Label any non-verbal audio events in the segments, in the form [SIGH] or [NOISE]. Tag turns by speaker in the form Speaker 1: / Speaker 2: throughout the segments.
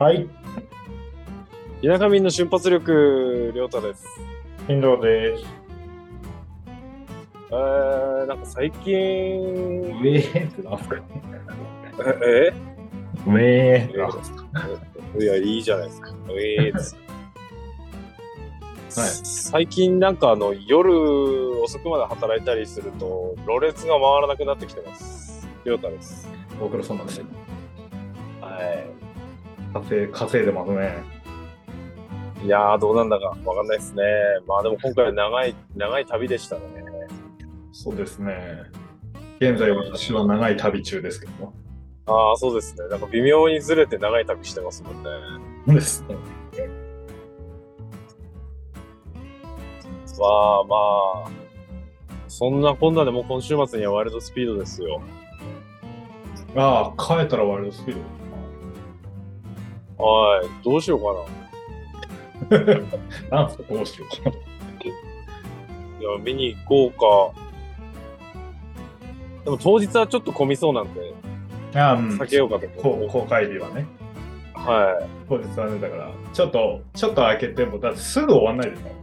Speaker 1: はい、
Speaker 2: 田舎民の瞬発力、りょうたです。
Speaker 1: 進藤です。
Speaker 2: えー、なんか最近、
Speaker 1: ウェーってなんすか
Speaker 2: え
Speaker 1: ウェー
Speaker 2: えいや、いいじゃないですか。ええです。
Speaker 1: はい
Speaker 2: 最近なんかあの夜遅くまで働いたりするとろれつが回らなくなってきてます。りょうたです。
Speaker 1: ご苦労様です。
Speaker 2: は
Speaker 1: 稼い稼いでますね。
Speaker 2: い。いやーどうなんだかわかんないですね。まあでも今回長い長い旅でしたね。
Speaker 1: そうですね。現在私は長い旅中ですけども。
Speaker 2: ああそうですね。なんか微妙にずれて長い旅してますもんね。
Speaker 1: ですね。
Speaker 2: まあまあ、そんなこんなでもう今週末にはワイルドスピードですよ。
Speaker 1: ああ、帰ったらワイルドスピード。
Speaker 2: はい。どうしようか
Speaker 1: [LAUGHS] なんすか、どうしようか
Speaker 2: な。いや、見に行こうか。でも当日はちょっと混みそうなんで、
Speaker 1: な。ああ、うん
Speaker 2: 避けようかと
Speaker 1: こう公開日はね。
Speaker 2: はい。
Speaker 1: 当日はね、だから、ちょっと、ちょっと開けても、だってすぐ終わんないでしょ。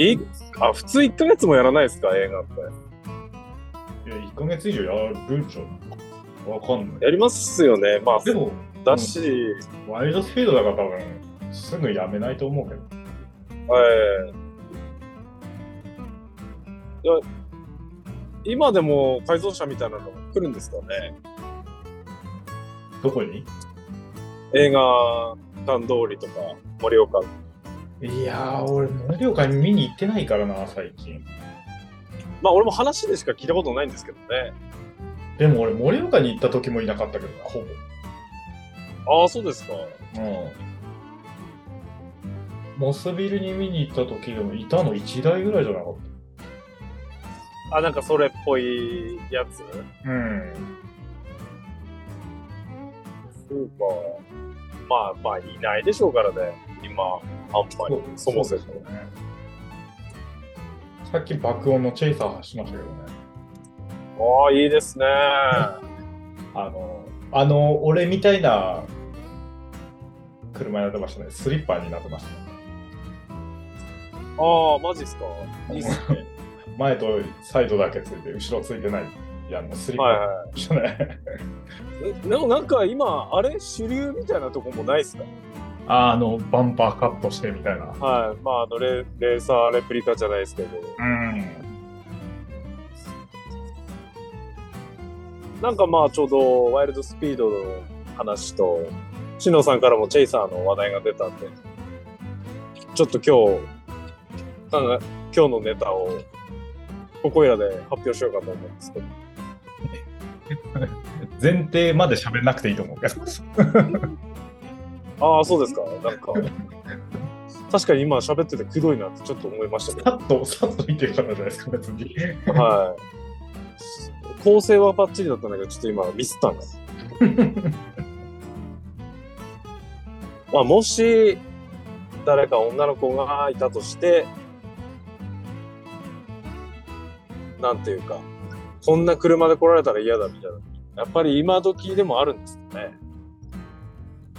Speaker 2: えあ、普通1ヶ月もやらないですか映画って。
Speaker 1: いや、1ヶ月以上やるんじゃん。わかんない。
Speaker 2: やりますよね。まあ、
Speaker 1: でも、
Speaker 2: だし、
Speaker 1: ワイルドスピードだから多分、すぐやめないと思うけど。
Speaker 2: はい。いや、今でも改造車みたいなのが来るんですかね
Speaker 1: どこに
Speaker 2: 映画館通りとか、盛岡
Speaker 1: いやー、俺、盛岡に見に行ってないからな、最近。
Speaker 2: まあ俺も話でしか聞いたことないんですけどね。
Speaker 1: でも俺、盛岡に行った時もいなかったけどな、ほぼ。
Speaker 2: ああ、そうですか。
Speaker 1: うん。モスビルに見に行った時でも、いたの1台ぐらいじゃなかっ
Speaker 2: あ、なんかそれっぽいやつ。
Speaker 1: た。うん。
Speaker 2: そうか。まあまあいないでしょうからね。今、あんまり。そもそも。
Speaker 1: うですね。さっき爆音のチェイサー走りましたけどね。
Speaker 2: ああ、いい [LAUGHS] ですね。
Speaker 1: あの、あの、俺みたいな車になってましたね。スリッパになってましたね。
Speaker 2: ああ、マジっすか。いいっすね。
Speaker 1: 前とサイドだけついて、後ろついてない。いや、もうスリッ
Speaker 2: はい
Speaker 1: パ
Speaker 2: は
Speaker 1: じゃない。
Speaker 2: い。えでもなんか今、あれ主流みたいなとこもないっすか
Speaker 1: あの、バンパーカットしてみたいな。
Speaker 2: はい。まああのレ、レーサーレプリカじゃないですけど。
Speaker 1: うん。
Speaker 2: なんかまあちょうどワイルドスピードの話と、しのさんからもチェイサーの話題が出たんで、ちょっと今日、なんか今日のネタを、ここいらで発表しようかと思うんですけど。
Speaker 1: 前提まで喋んなくていいと思うけど。
Speaker 2: ああ、そうですか。なんか、確かに今喋っててくどいなってちょっと思いましたけ
Speaker 1: さっと、さっと言ってるからじゃないですか、別に。
Speaker 2: ど、はい。構成はバッチリだったんだけど、ちょっと今ミスったんです。まあ、もし誰か女の子がいたとしてなんていうかこんな車で来られたら嫌だみたいなやっぱり今時でもあるんですかね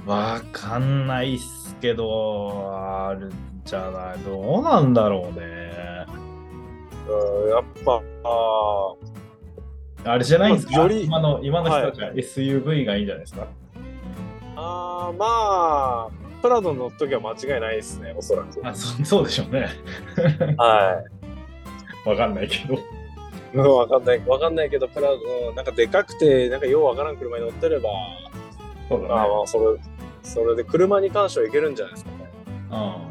Speaker 1: わかんないっすけど、あるんじゃないどうなんだろうね。
Speaker 2: うんやっぱあ
Speaker 1: あれじゃないんですか、
Speaker 2: より
Speaker 1: 今の今の人たちは SUV がいいんじゃないですか、
Speaker 2: ーあーまあプラドの時は間違いないですねおそらく
Speaker 1: あそ [LAUGHS] そうでしょうね
Speaker 2: は
Speaker 1: わかんないけど
Speaker 2: いうんわかんないわかんないけどプラドなんかでかくてなんかようわからん車に乗ってれば
Speaker 1: そう
Speaker 2: ま
Speaker 1: だ
Speaker 2: あ
Speaker 1: ね
Speaker 2: まあそれそれで車に関してはいけるんじゃないですかね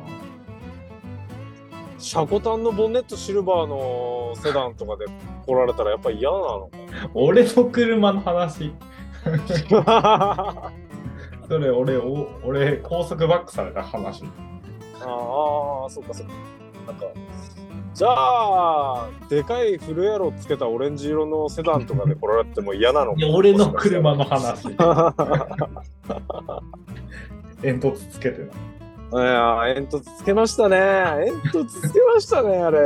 Speaker 2: シャコタンのボンネットシルバーのセダンとかで来られたらやっぱり嫌なの [LAUGHS]
Speaker 1: うん、俺の車の話
Speaker 2: か
Speaker 1: それ俺お俺高速バックされた話
Speaker 2: ああそっかそっかなんかじゃあでかいフルエロつけたオレンジ色のセダンとかで来られても嫌なのか
Speaker 1: いや俺の車の話
Speaker 2: あ
Speaker 1: 煙突つけてない
Speaker 2: やー煙突つけましたね煙突つけましたねあ [LAUGHS] れ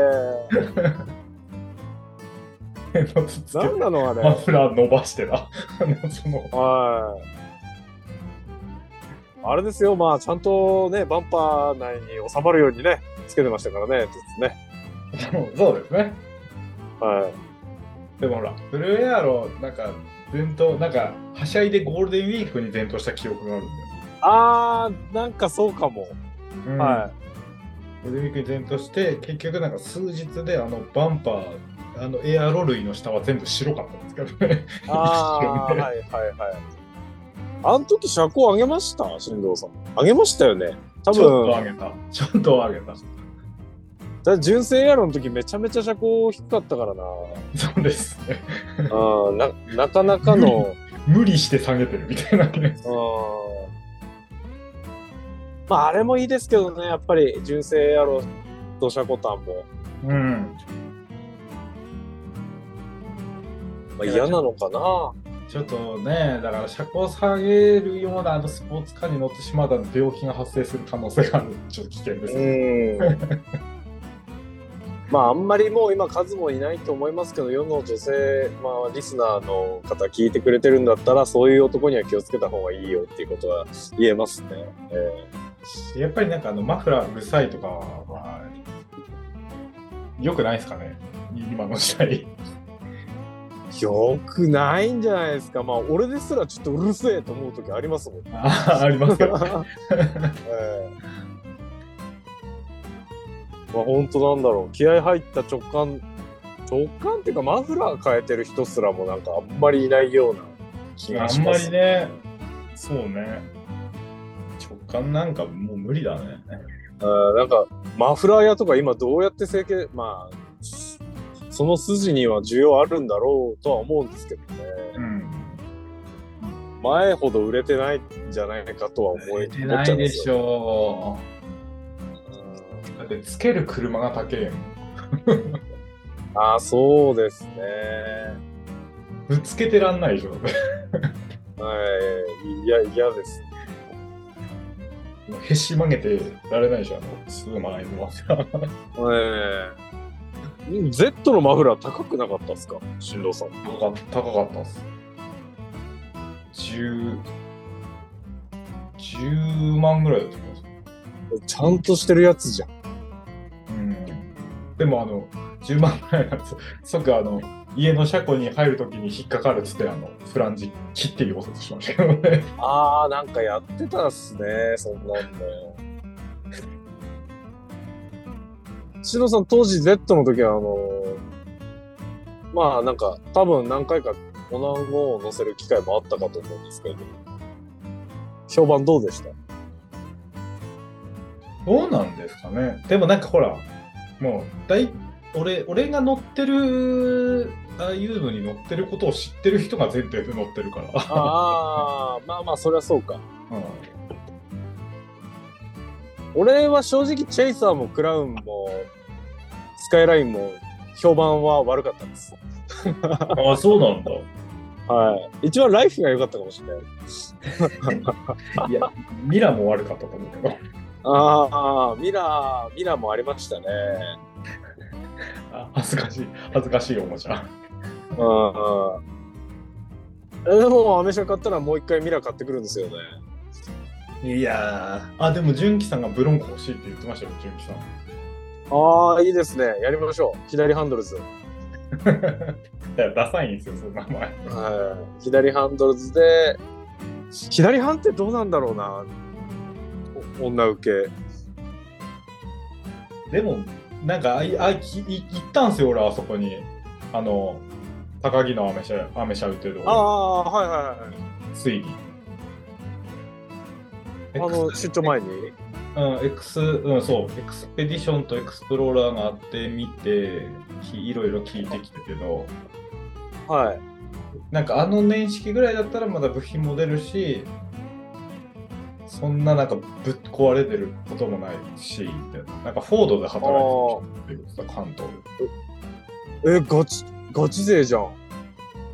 Speaker 1: 煙突つけ
Speaker 2: 何
Speaker 1: て
Speaker 2: なのあれ
Speaker 1: マフラー伸ばしてなあのその
Speaker 2: はい。あれですよ、まあ、ちゃんとね、バンパー内に収まるようにね、つけてましたからね、鉄ね。
Speaker 1: そうそうですね
Speaker 2: はい。
Speaker 1: でもほらブルーエアロなんか伝統なんかはしゃいでゴールデンウィークに伝統した記憶があるんだよ
Speaker 2: あー、なんかそうかも。
Speaker 1: うん
Speaker 2: は
Speaker 1: ゴールデンウィークに全として、結局なんか数日であのバンパー、あのエアロ類の下は全部白かったんですけどね。
Speaker 2: い。あー、はいはいはい。あの時、車高上げました新藤さん。上げましたよね。多
Speaker 1: ちょっと上
Speaker 2: 分、
Speaker 1: げた。ちょっと上げた。
Speaker 2: だ純正エアロの時めちゃめちゃ車高低かったからな。
Speaker 1: そうですね。
Speaker 2: うん、な、なかなかの、
Speaker 1: 無理して下げてるみたいなね。
Speaker 2: うん。まあ、あれもいいですけどね、やっぱり、純正エアロと車高端も。
Speaker 1: うん。
Speaker 2: まあ、嫌なのかな。
Speaker 1: ちょっとね、だから車高下げるようなあのスポーツカーに乗ってしまうと病気が発生する可能性がある。ちょっと危険ですね。
Speaker 2: ん。まああんまりもう今数もいないと思いますけど世の女性、まあ、リスナーの方聞いてくれてるんだったらそういう男には気をつけた方がいいよっていうことは言えますね。え
Speaker 1: やっぱりなんかあのマフラーうるさいとかは、良くないですかね。今の時代。
Speaker 2: ーよくないんじゃないですかまあ俺ですらちょっとうるせえと思う時ありますもん。
Speaker 1: あーありますけど。 [LAUGHS]
Speaker 2: ええまあ本当なんだろう気合入った直感直感っていうかマフラー変えてる人すらもなんかあんまりいないような気が
Speaker 1: あ
Speaker 2: し
Speaker 1: ん
Speaker 2: ま
Speaker 1: ますりね、そうね。直感なんかもう無理だね。
Speaker 2: あーなんかマフラー屋とか今どうやって整形まあその筋には需要あるんだろうとは思うんですけどね
Speaker 1: うん。
Speaker 2: 前ほど売れてないんじゃないかとは思い
Speaker 1: えてないでし
Speaker 2: ょ
Speaker 1: ょう。だってつける車が高えもん
Speaker 2: ああそうですね
Speaker 1: ぶつけてらんないでしょ。
Speaker 2: はいいや嫌です
Speaker 1: へし曲げてられないでしょ。あのすぐ曲げてます。
Speaker 2: ええ Z のマフラー高くなかったですか新郎さん。
Speaker 1: 高か高かったっす。10、10万ぐらいだと思います。
Speaker 2: ちゃんとしてるやつじゃん。
Speaker 1: うんでもあの10万ぐらいのやつ即あの家の車庫に入るときに引っかかるっつってあのフランジ切って溶接しましたけどね
Speaker 2: ああ、なんかやってたっすね、そんなんだよ。新郎さん、当時 Z の時は、あのーまあなんか、多分何回かお団子を乗せる機会もあったかと思うんですけど、評判どうでした
Speaker 1: どうなんですかねでもなんかほらもうだい俺俺が乗ってるああいうのに乗ってることを知ってる人が前提で乗ってるから、
Speaker 2: ああ、まあまあ、そりゃそうか。
Speaker 1: う
Speaker 2: 俺は正直チェイサーもクラウンもスカイラインも評判は悪かったです。
Speaker 1: ん、ああそうなんだ
Speaker 2: はい。一番ライフが良かったかもしれない。
Speaker 1: いやミラも悪かったと思うけど
Speaker 2: ああ、ミラー、ミラーもありましたね。
Speaker 1: あ恥ずかしい恥ずかしいおもちゃ
Speaker 2: うん。でも、アメ車買ったらもう一回ミラー買ってくるんですよね。
Speaker 1: いやーあでも純喜さんがブロンコ欲しいって言ってましたよ純喜さん
Speaker 2: ああ、いいですね。やりましょう。左ハンドルズ。
Speaker 1: [LAUGHS] いや、ダサいんですよ、その名前。
Speaker 2: はい。左ハンドルズで、左ハンってどうなんだろうな。お女受け。
Speaker 1: でも、なんか、あいあいきい行ったんですよ、俺、あそこに。あの、高木のアメ車、アメ車売ってるとこ、
Speaker 2: ああ、はいはいはい。
Speaker 1: ついに。
Speaker 2: あの、出張前に。
Speaker 1: うん、X、うん、そう、エクスペディションとエクスプローラーがあって、見て、きいろいろ聞いてきたけど、
Speaker 2: はい。
Speaker 1: なんかあの年式ぐらいだったらまだ部品も出るし、そんななんかぶっ壊れてることもないし、みたいななんかフォードで働いてる人っていうこと関東で。
Speaker 2: え、ガチ、ガチ勢じゃん。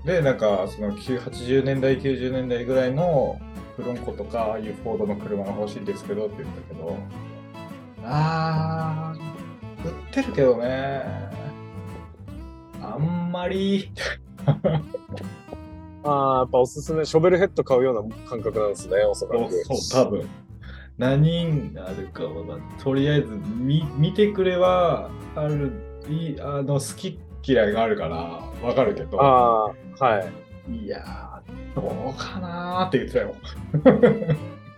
Speaker 1: でなんかその9 80年代90年代ぐらいのフロンコとか、ああいうフォードの車が欲しいんですけどって言ったけど、あー、売ってるけどね、あんまり、
Speaker 2: ああ、やっぱおすすめ、ショベルヘッド買うような感覚なんですね、おそら
Speaker 1: そう
Speaker 2: く。
Speaker 1: そう、多分何があるかはな、とりあえず見見てくれはある、いいあの好き嫌いがあるからわかるけど、
Speaker 2: ああ、はい。
Speaker 1: いやー、どうかなーって言ってたよ。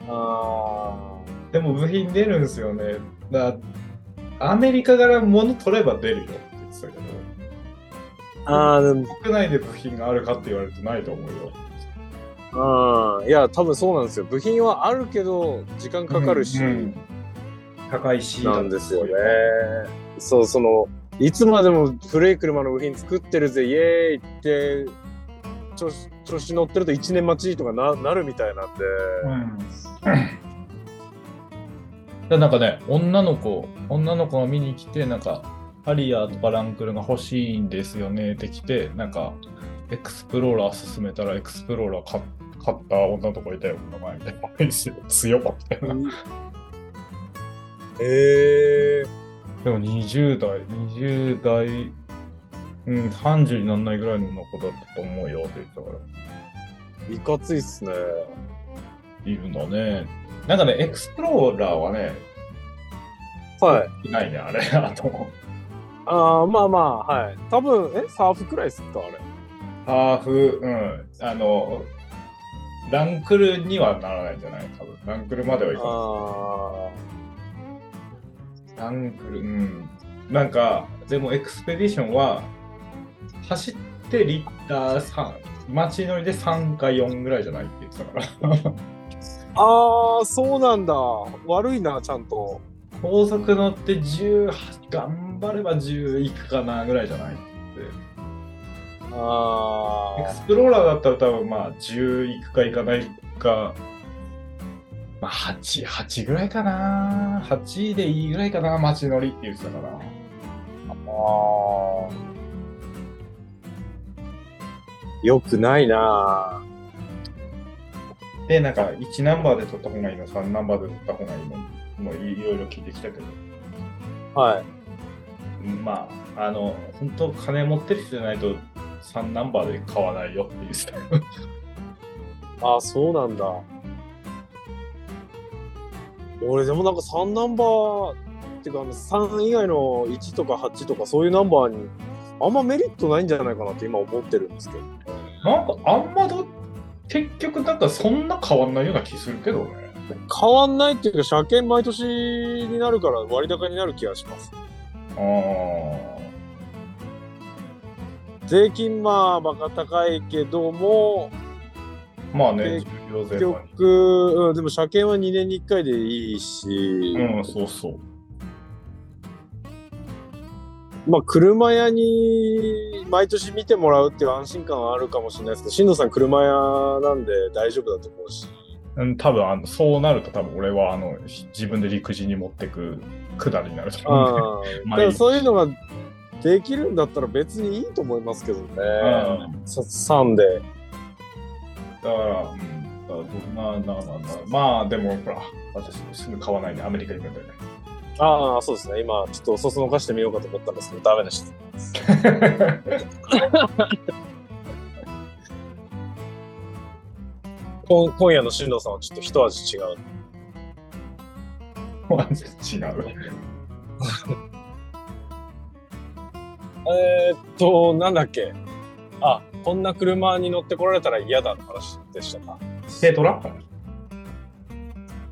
Speaker 2: あ
Speaker 1: でも部品出るんですよね。だアメリカから物取れば出るよって言ってたけど、
Speaker 2: あ、ああ、でも、
Speaker 1: 国内で部品があるかって言われるとないと思うよ。
Speaker 2: ああ、いや、多分そうなんですよ。部品はあるけど、時間かかるし、
Speaker 1: うん高いし。
Speaker 2: なんですよね。そう、その、いつまでも古い車の部品作ってるぜ、イエーイって、調子調子乗ってると1年待ちとかななるみたいなんで、
Speaker 1: うん。でなんかね、女の子、女の子が見に来て、なんか、ハリアーとかランクルが欲しいんですよねって来て、なんか、エクスプローラー勧めたら、エクスプローラー買買った女の子がいたよ、この前みたいな。強かったよな。
Speaker 2: ええ
Speaker 1: でも20代、20代、うん、30にならないぐらいの子だったと思うよって言ったから、
Speaker 2: いかついっすね。
Speaker 1: いるんだね。なんかね、エクスプローラーはね、
Speaker 2: はい。
Speaker 1: いないね、あれ。あと、
Speaker 2: ああ、まあまあ、はい。多分、え、サーフくらいっすか、あれ。
Speaker 1: ハーフ、うん、あの、ランクルにはならないんじゃない多分。ランクルまではいか
Speaker 2: あ
Speaker 1: ない。ランクル、うん。なんか、でもエクスペディションは、走ってリッター3、街乗りで3か4ぐらいじゃないって言ってたから。 [LAUGHS]
Speaker 2: ーあー、そうなんだ。悪いな、ちゃんと。
Speaker 1: 高速乗って18頑張れば10いくかなぐらいじゃないって
Speaker 2: あ
Speaker 1: エクスプローラーだったら多分まあ10いくかいかないかまあ8、8ぐらいかな。8でいいぐらいかな、街乗りって言ってたから。
Speaker 2: ああ。よくないな
Speaker 1: で、なんか1ナンバーで取った方がいいの、3ナンバーで取った方がいいの、もういろいろ聞いてきたけど、
Speaker 2: はい。
Speaker 1: まあ、あの、本当金持ってる人じゃないと3ナンバーで買わないよって言ってたよ。
Speaker 2: ああ、そうなんだ。俺、でもなんか3ナンバー、っていうかあの3以外の1とか8とかそういうナンバーにあんまメリットないんじゃないかなって今思ってるんですけど。
Speaker 1: なんかあんまど結局なんかそんな変わんないような気するけどね。
Speaker 2: 変わんないっていうか車検毎年になるから割高になる気がします
Speaker 1: あ
Speaker 2: 税金まあバカ高いけども
Speaker 1: あ。まあね
Speaker 2: で、
Speaker 1: 重量税
Speaker 2: 結
Speaker 1: 関
Speaker 2: 局、うん、でも車検は2年に1回でいいし、
Speaker 1: に。うん、そうそう。
Speaker 2: まあ車屋に毎年見てもらうっていう安心感はあるかもしれないですけど新藤さん車屋なんで大丈夫だと思うし
Speaker 1: うん、多分あのそうなると多分俺はあのひ自分で陸自に持ってくくだりになると思うんで。
Speaker 2: ああ
Speaker 1: [LAUGHS] ま
Speaker 2: だ
Speaker 1: あい
Speaker 2: か
Speaker 1: い
Speaker 2: らそういうのができるんだったら別にいいと思いますけどね、
Speaker 1: うん
Speaker 2: さ3で。
Speaker 1: だから、うん、だからどんな、なんだなんだ。まあでもほら、私すぐ買わないでアメリカ行くんだよね。
Speaker 2: ああ、そうですね。今、ちょっとそそのかしてみようかと思ったんですけど、ダメでした。今今夜の進藤さんはちょっと一味違う。
Speaker 1: [LAUGHS] マジ違う。
Speaker 2: えー、っと、なんだっけ。あ、こんな車に乗ってこられたら嫌だって話でしたか。
Speaker 1: 軽トラ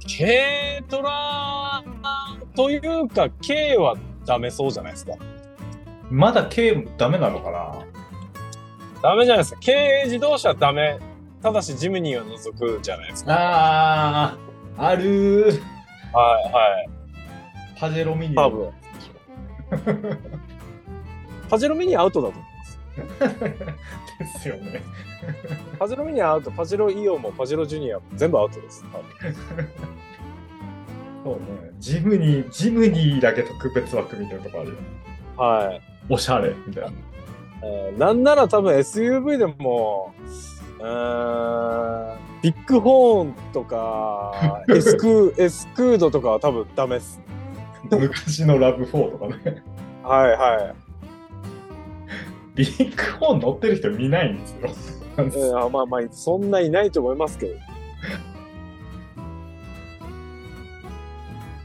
Speaker 2: 軽トラというか、軽はダメそうじゃないですか。
Speaker 1: まだ軽ダメなのかな
Speaker 2: ダメじゃないですか。軽自動車はダメ。ただし、ジムニーは除くじゃないですか。
Speaker 1: ああ、あるー。
Speaker 2: はいはい。
Speaker 1: パジェロミニ。
Speaker 2: 多分。 [LAUGHS] パジェロミニアウトだと思います。
Speaker 1: ですよね。
Speaker 2: パジェロミニアアウト、パジェロイオンもパジェロジュニアも全部アウトです。
Speaker 1: そうね。ジムニー、ジムニーだけ特別枠みたいなとこあるよ。
Speaker 2: はい。
Speaker 1: おしゃれみたいな。
Speaker 2: えーなんなら多分 SUV でも、うーんビッグホーンとかエスクエスクードとかは多分ダメっす
Speaker 1: 昔のラブ4とかね。
Speaker 2: はいは
Speaker 1: ビッグホーン乗ってる人見ないんですよ。
Speaker 2: い、うんあまあまあそんないないと思いますけど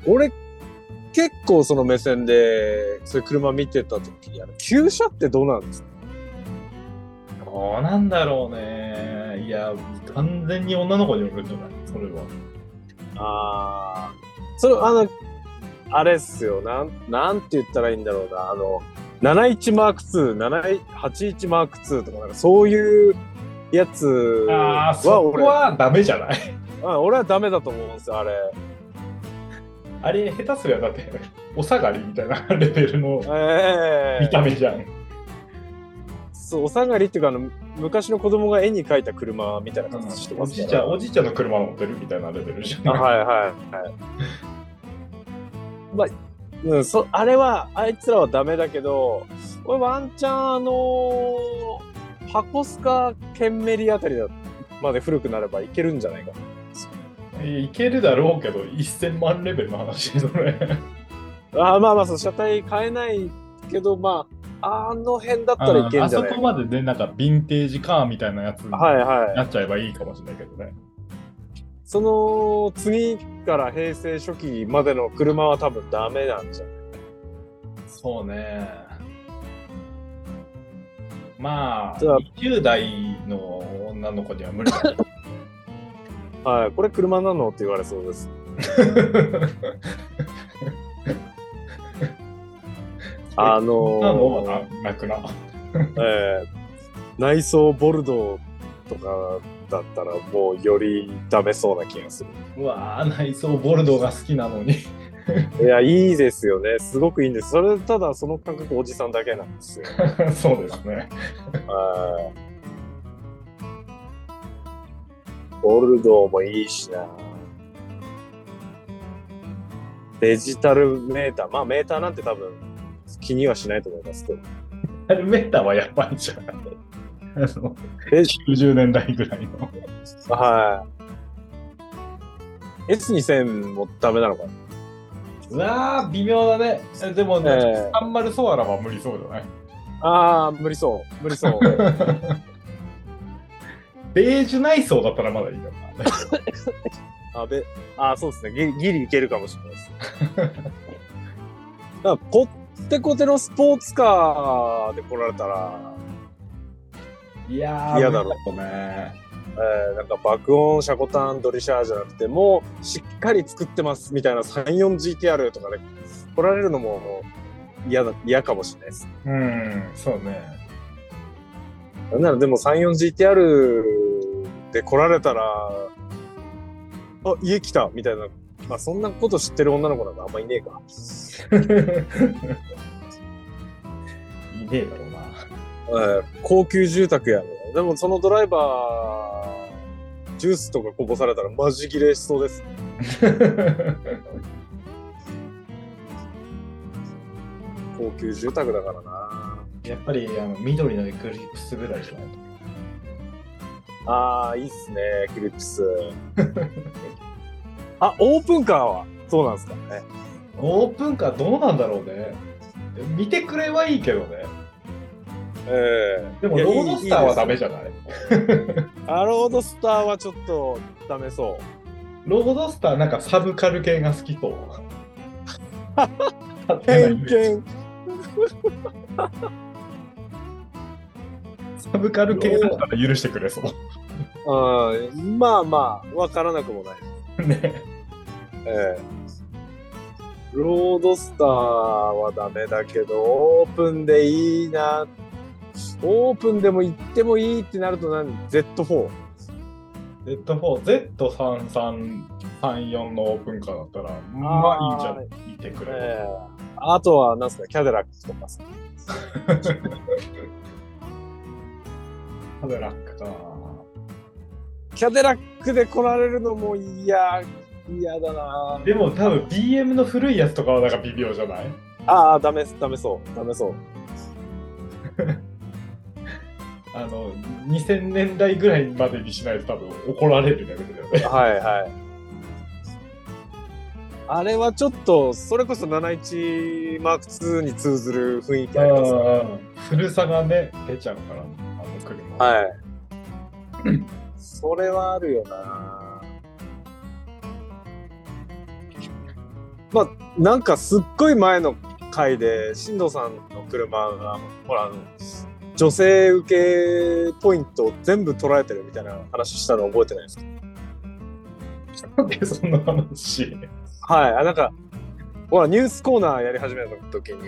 Speaker 2: 俺結構その目線でそういう車見てた時にあの旧車ってどうなんですか
Speaker 1: どうなんだろうね。いや、完全に女の子によるんじゃないそれは。
Speaker 2: ああそれあのあれっすよなんなんて言ったらいいんだろうなあの71マーク281マーク2とかなんかそういうやつ
Speaker 1: ああ、そ
Speaker 2: は
Speaker 1: こ
Speaker 2: 俺
Speaker 1: はダメじゃない。
Speaker 2: うん俺はダメだと思うんですよあれ
Speaker 1: あれ、下手すりゃだって、お下がりみたいなレベルの
Speaker 2: ええ
Speaker 1: 見た目じゃん。
Speaker 2: そうお下がりっていうかあの昔の子供が絵に描いた車みたいな形して
Speaker 1: お
Speaker 2: ます
Speaker 1: じい
Speaker 2: ね
Speaker 1: ちゃん、おじいちゃんの車乗ってるみたいなレベルじゃん。
Speaker 2: あはいはいはい。まあ、うん、そあれはあいつらはダメだけど俺ワンチャンあのー箱スカケンメリあたりだまで古くなればいけるんじゃないかな。
Speaker 1: いけるだろうけど、1000万レベルの話ですね。
Speaker 2: あーまあまあそう車体変えないけどまああの辺だったらいけん
Speaker 1: あ
Speaker 2: じゃ
Speaker 1: そ
Speaker 2: ない
Speaker 1: こまでね、なんかヴィンテージカーみたいなやつに
Speaker 2: はいはい。
Speaker 1: なっちゃえばいいかもしれないけどね。
Speaker 2: その次から平成初期までの車は多分ダメなんじゃない
Speaker 1: そうね。まあ、
Speaker 2: じゃあ
Speaker 1: 20代の女の子には無理だね
Speaker 2: はい、これ車なのって言われそうです。あのー
Speaker 1: なのはななくな。
Speaker 2: えー内装ボルドーとかだったらもうよりダメそうな気がす
Speaker 1: うわあ、内装ボルドーが好きなのに。 [LAUGHS]
Speaker 2: るいやいいですよねすごくいいんですそれただその感覚おじさんだけなんですよ
Speaker 1: そうですね。
Speaker 2: はいボルドーもいいしなデジタルメーターまあメーターなんて多分気にはしないと思いますけど
Speaker 1: アルメーターはやばいんじゃないあの
Speaker 2: え
Speaker 1: ?90 年代ぐらいの。
Speaker 2: はい。S2000 もダメなのかな
Speaker 1: うわあ、微妙だね。えでもね、
Speaker 2: ええ
Speaker 1: 30ソアラは無理そうじゃない
Speaker 2: ああ、無理そう。無理そう。
Speaker 1: ベージュ内装だったらまだいいよな。
Speaker 2: あべあそうですねギリ。ギリいけるかもしれないです。 [LAUGHS] だからこってこてのスポーツカーで来られたら、
Speaker 1: いやー、
Speaker 2: 嫌だろ
Speaker 1: うね。
Speaker 2: えーなんか爆音、シャコタン、ドリシャーじゃなくて、もうしっかり作ってますみたいな 34GTR とかで来られるのももう嫌だ嫌かもしれないです。
Speaker 1: うん、そうね。
Speaker 2: なんならでも 34GTR で来られたら、あ、家来たみたいな、まあそんなこと知ってる女の子なんかあんまいねえか。
Speaker 1: いねえだろうな。
Speaker 2: えー高級住宅やねでもそのドライバージュースとかこぼされたらマジギレしそうです [LAUGHS] 高級住宅だからな
Speaker 1: やっぱりあの緑のエクリプスぐらいじゃない
Speaker 2: あーいいっすねクリッ
Speaker 1: [LAUGHS]
Speaker 2: プスあオープンカーはそうなんですかね
Speaker 1: オープンカーどうなんだろうね。見てくれはいいけどね。
Speaker 2: ええ
Speaker 1: でも
Speaker 2: いや
Speaker 1: ロードスター
Speaker 2: いいいいで
Speaker 1: は
Speaker 2: す
Speaker 1: ダメじゃない
Speaker 2: あロードスターはちょっとダメそ
Speaker 1: ロードスターなんかサブカル系が好き
Speaker 2: [LAUGHS]
Speaker 1: そう。勝
Speaker 2: う
Speaker 1: 手なイ
Speaker 2: 偏
Speaker 1: メージ
Speaker 2: 見
Speaker 1: サブカル系だったら許してくれそう。
Speaker 2: うんまあまあわからなくもない
Speaker 1: ね。
Speaker 2: ええロードスターはダメだけど、オープンでいいな。オープンでも行ってもいいってなると何 ?Z4。
Speaker 1: Z4、Z3334 のオープンカーだったら、まあいいんじゃない見てくれ。
Speaker 2: ええあとは、なんすか、キャデラックとかさ。
Speaker 1: カデラックか。
Speaker 2: キャデラックで来られるのも嫌、嫌だな。
Speaker 1: でも多分 BM の古いやつとかはなんか微妙じゃない
Speaker 2: ああ、ダメ、ダメそう、ダメそう。
Speaker 1: あの、2000年代ぐらいまでにしないと多分怒られるレベルだよね。
Speaker 2: はいはい。あれはちょっと、それこそ71マーク2に通ずる雰囲気ありますね。
Speaker 1: 古さがね、出ちゃうから、あの車。
Speaker 2: はい。それはあるよな。まあ、なんかすっごい前の回で、進藤さんの車が、ほら、あの女性受けポイントを全部捉えてるみたいな話したの覚えてないですか
Speaker 1: なんでそんな話。うん。
Speaker 2: はい。あなんか、ほら、ニュースコーナーやり始めた時に、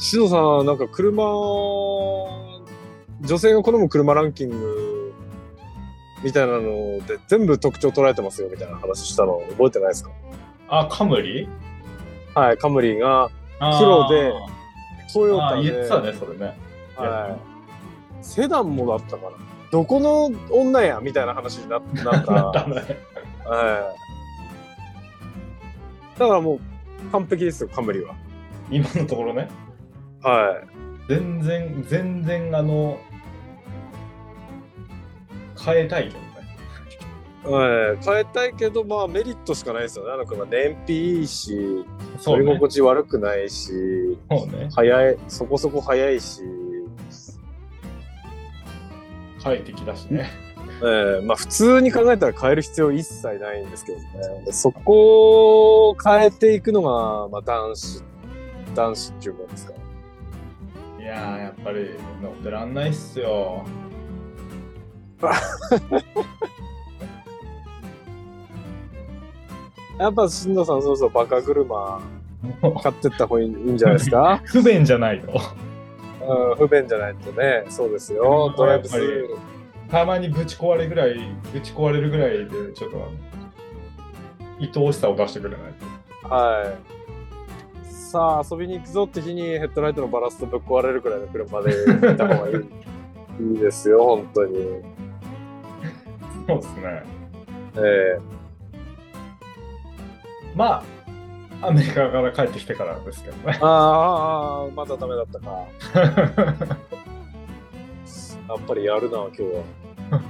Speaker 2: シドさん、なんか車、女性が好む車ランキングみたいなので全部特徴捉えてますよみたいな話したの覚えてないですか
Speaker 1: あ、カムリ
Speaker 2: はい、カムリーが黒で、トヨ
Speaker 1: あー
Speaker 2: タ
Speaker 1: あー、
Speaker 2: で、
Speaker 1: 言ってたね、それね。
Speaker 2: はい、セダンもだったから、どこの女やみたいな話にな
Speaker 1: [LAUGHS]
Speaker 2: なった。
Speaker 1: だね。
Speaker 2: はい。だからもう完璧ですよ、カムリーは。
Speaker 1: 今のところね。
Speaker 2: はい。
Speaker 1: 全然、全然、あの、変えたいけどね。
Speaker 2: はい、変えたいけど、まあメリットしかないですよね。あの車、燃費いいし、
Speaker 1: そ
Speaker 2: 乗
Speaker 1: う
Speaker 2: り
Speaker 1: ね。
Speaker 2: 心地悪くないし、
Speaker 1: そうね。
Speaker 2: 早い、そこそこ早いし、
Speaker 1: 快適だしね。
Speaker 2: えーまあ普通に考えたら変える必要一切ないんですけどね。でそこを変えていくのが、まあ男子、男子っていうもんですか。
Speaker 1: いやー、やっぱり乗ってらんないっすよ。
Speaker 2: やっぱ、しんどさん、そろそろバカ車
Speaker 1: も
Speaker 2: 買ってった方がいいんじゃないですか
Speaker 1: [LAUGHS] う、不便じゃないの。
Speaker 2: うん、不便じゃないとね。そうですよ。ドライブスルー。
Speaker 1: たまにぶち壊れぐらい、ぶち壊れるぐらいで、ちょっとあの、愛おしさを出してくれないと。
Speaker 2: はい。さあ、遊びに行くぞって日にヘッドライトのバランスとぶっ壊れるくらいの車で行った
Speaker 1: [LAUGHS]
Speaker 2: 方がいい。いいですよ、本当に。
Speaker 1: そうですね。
Speaker 2: え
Speaker 1: まあ、アメリカから帰ってきてからですけど
Speaker 2: [LAUGHS]
Speaker 1: ね。
Speaker 2: ー、あーあー、まだダメだったか。やっぱりやるな、今日は。 [LAUGHS]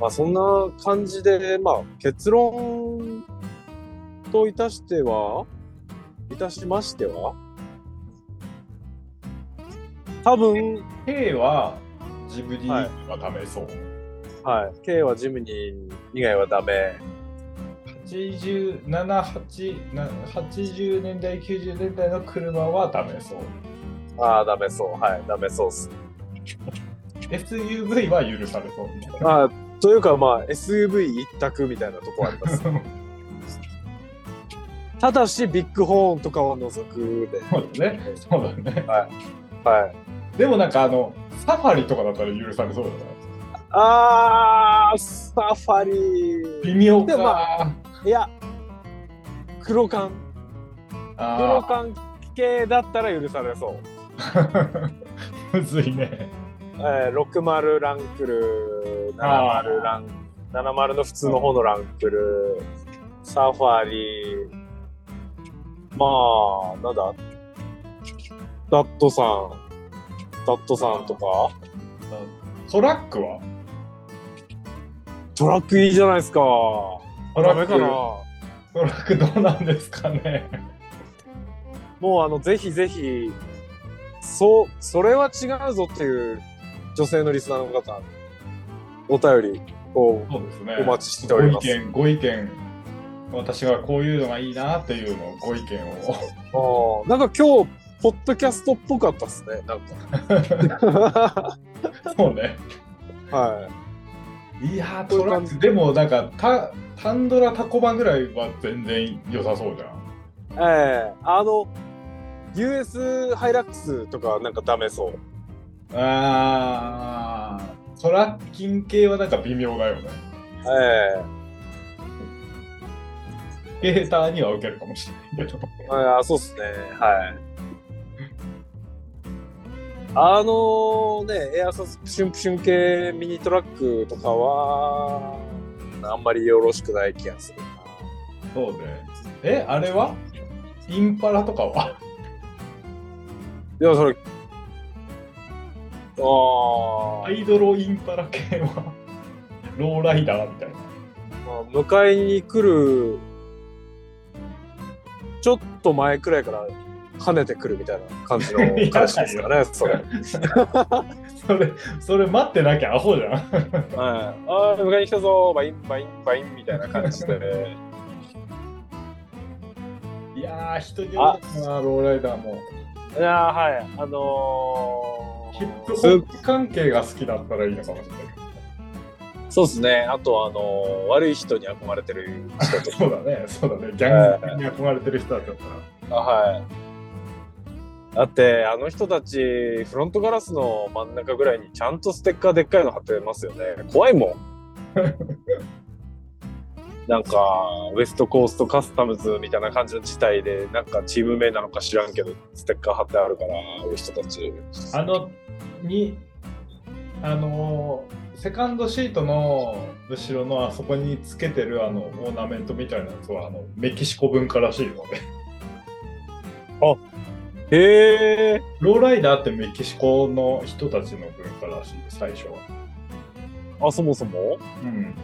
Speaker 2: まあ、そんな感じで、まあ、結論といたしては、いたしましては、多分、
Speaker 1: K は、ジブリ
Speaker 2: はい
Speaker 1: はダメそう。
Speaker 2: はい、K はジムニー以外はダメ。
Speaker 1: 87、8な80年代、90年代の車はダメそう。
Speaker 2: ああ、ダメそう。はい、ダメそうっす。
Speaker 1: SUV は許され
Speaker 2: [LAUGHS]
Speaker 1: そうみたいな。
Speaker 2: あーというか、まあ、SUV 一択みたいなとこあります。ただし、ビッグホーンとかは除くで。
Speaker 1: そうだね。そうだね。
Speaker 2: はい。
Speaker 1: でもなんかあの、サファリとかだったら許されそうだな。
Speaker 2: あー、サファリ
Speaker 1: 微妙か。
Speaker 2: でもまいや、黒缶。黒
Speaker 1: あ
Speaker 2: 缶系だったら許されそう。
Speaker 1: ー [LAUGHS] むずいね。
Speaker 2: えー、60ランクル、
Speaker 1: あー
Speaker 2: 70ラン70の普通の方のランクル、サファリ、まあ、なんだ、ダットさん、ダットさんとか、
Speaker 1: トラックは
Speaker 2: トラックいいじゃないですか。
Speaker 1: ト
Speaker 2: ダ
Speaker 1: ラッ
Speaker 2: メ
Speaker 1: ク
Speaker 2: かな。
Speaker 1: トラックどうなんですかね。
Speaker 2: もうあの、ぜひぜひ、そう、それは違うぞっていう女性のリスナーの方、お便りを
Speaker 1: そうですね。
Speaker 2: お待ちしております
Speaker 1: ご意見、ご意見。私はこういうのがいいなっていうのをご意見
Speaker 2: [LAUGHS]
Speaker 1: を。
Speaker 2: ああ、なんか今日、ポッドキャストっぽかったですね、な
Speaker 1: [LAUGHS]
Speaker 2: んか。
Speaker 1: そうね。
Speaker 2: はい
Speaker 1: やー、
Speaker 2: こうい
Speaker 1: ト
Speaker 2: う
Speaker 1: ラ
Speaker 2: 感
Speaker 1: ッ
Speaker 2: じ
Speaker 1: ク、でもなんか、タタンドラタコ版ぐらいは全然良さそうじゃん。
Speaker 2: い。ええあの、US ハイラックスとかなんかダメそう。
Speaker 1: あー、トラッキン系はなんか微妙だよね。
Speaker 2: ええ
Speaker 1: ゲーターには受けるかもしれないけど。
Speaker 2: ああそうっすね、はい。あのね、エアサスプシュンプシュン系ミニトラックとかは、あんまりよろしくない気がするな。
Speaker 1: そうね。え、あれはインパラとかは
Speaker 2: いや、それ。あ
Speaker 1: アイドルインパラ系はローライダーみたいな。
Speaker 2: あ、まあ、迎えに来る、ちょっと前くらいから跳ねてくるみたいな感じの彼氏ですかね、そ [LAUGHS] れ。はい。
Speaker 1: それ、それ待ってなきゃアホじゃん。
Speaker 2: ああ、迎えに来たぞ、バインバインバインみたいな感じで。
Speaker 1: いやー、人によるな、ローライダーも。
Speaker 2: いやーはい、あのー、
Speaker 1: ヒップホップ関係が好きだったらいいのかもしれない
Speaker 2: そうですね。あと、あのー悪い人に憧れてる
Speaker 1: [LAUGHS]
Speaker 2: 人と
Speaker 1: けど。そうだね、そうだね。ギャングに憧れてる人だったら。
Speaker 2: か、はい。だって、あの人たち、フロントガラスの真ん中ぐらいにちゃんとステッカーでっかいの貼ってますよね。怖いもん。なんか、ウエストコーストカスタムズみたいな感じの事態で、なんかチーム名なのか知らんけど、ステッカー貼ってあるから、あの人たち。
Speaker 1: あの、に、あのーセカンドシートの後ろのあそこにつけてるあのオーナメントみたいなやつはあのメキシコ文化らしいので、 [LAUGHS]
Speaker 2: へえ。
Speaker 1: ローライダーってメキシコの人たちの文化らしいです最初は。
Speaker 2: あ、そもそも
Speaker 1: うん。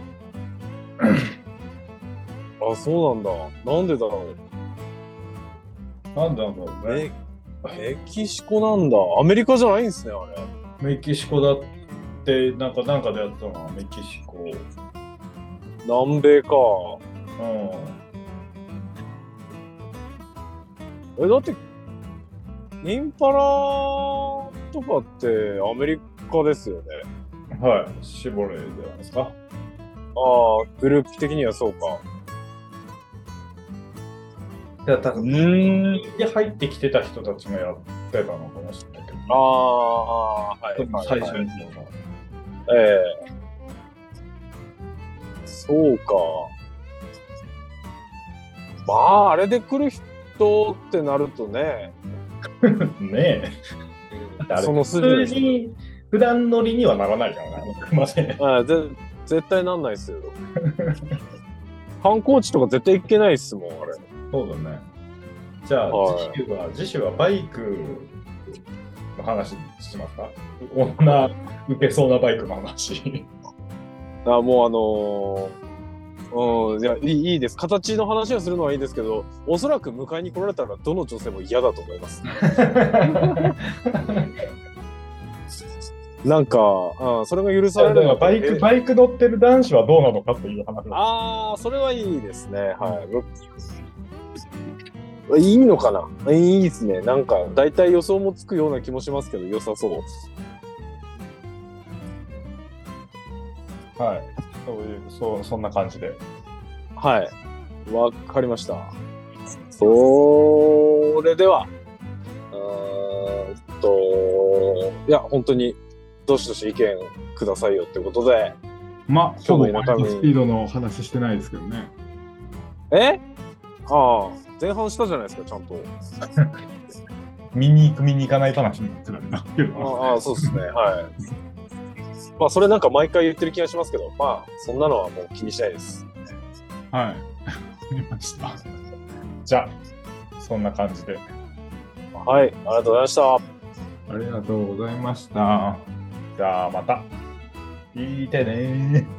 Speaker 2: あ、そうなんだ。なんでだろ
Speaker 1: なんだろ
Speaker 2: う。
Speaker 1: うね。
Speaker 2: メメキシコなんだ。アメリカじゃないんですね、あれ。
Speaker 1: メキシコだって、なんか、なんかでやったな、メキシコ。
Speaker 2: 南米か。
Speaker 1: う
Speaker 2: え、だって、インパラとかってアメリカですよね。
Speaker 1: ん。はい。シボレーじゃないですか。
Speaker 2: ああ、グループ的にはそうか。
Speaker 1: いや、多分
Speaker 2: ん。
Speaker 1: で入ってきてた人たちもやってたのかもしれないけど。
Speaker 2: ああ、はい。
Speaker 1: 特に
Speaker 2: はい
Speaker 1: 最
Speaker 2: は
Speaker 1: 初
Speaker 2: い
Speaker 1: にそうだ
Speaker 2: ええそうか。まあ、あれで来る人ってなるとね、
Speaker 1: ねえ。
Speaker 2: その
Speaker 1: 普
Speaker 2: 筋
Speaker 1: 通
Speaker 2: ですね。
Speaker 1: に、普段乗りにはならないじゃないすいませ
Speaker 2: [LAUGHS]
Speaker 1: ん。
Speaker 2: ああぜ絶対なんないっすよ。 [LAUGHS] 観光地とか絶対行けないっすもん、あれ。
Speaker 1: そうだね。じゃあ、
Speaker 2: はい
Speaker 1: 次週は、次週はバイクの話しますか女受けそうなバイクの話。
Speaker 2: [LAUGHS] あもうあのーうん、いやいい、いいです。形の話をするのはいいですけど、おそらく迎えに来られたら、どの女性も嫌だと思います。なんか、うん、それが許さ
Speaker 1: そ
Speaker 2: れ
Speaker 1: れで
Speaker 2: る
Speaker 1: はバイク、バイク乗ってる男子はどうなのかっていう話だ
Speaker 2: ああ、それはいいですね。はい僕。いいのかないいですね。なんか、大体予想もつくような気もしますけど、良さそう。
Speaker 1: はい。そういう、そう、そんな感じで。
Speaker 2: はい。わかりました。それでは、うーんと、いや、本当に、どしどし意見くださいよってことで、
Speaker 1: まあ、
Speaker 2: ほぼワイルドスピー
Speaker 1: ドの話してないですけどね。
Speaker 2: えああ、前半したじゃないですか、ちゃんと。
Speaker 1: 見に行く、見に行かない話になってるんだけどな。
Speaker 2: ああ、そうですね、はい。まあ、それなんか毎回言ってる気がしますけど、まあ、そんなのはもう気にしないです。
Speaker 1: はい。わかりました。じゃあ、そんな感じで。
Speaker 2: はい、ありがとうございました。
Speaker 1: ありがとうございました。じゃあ、また。聞いてねー。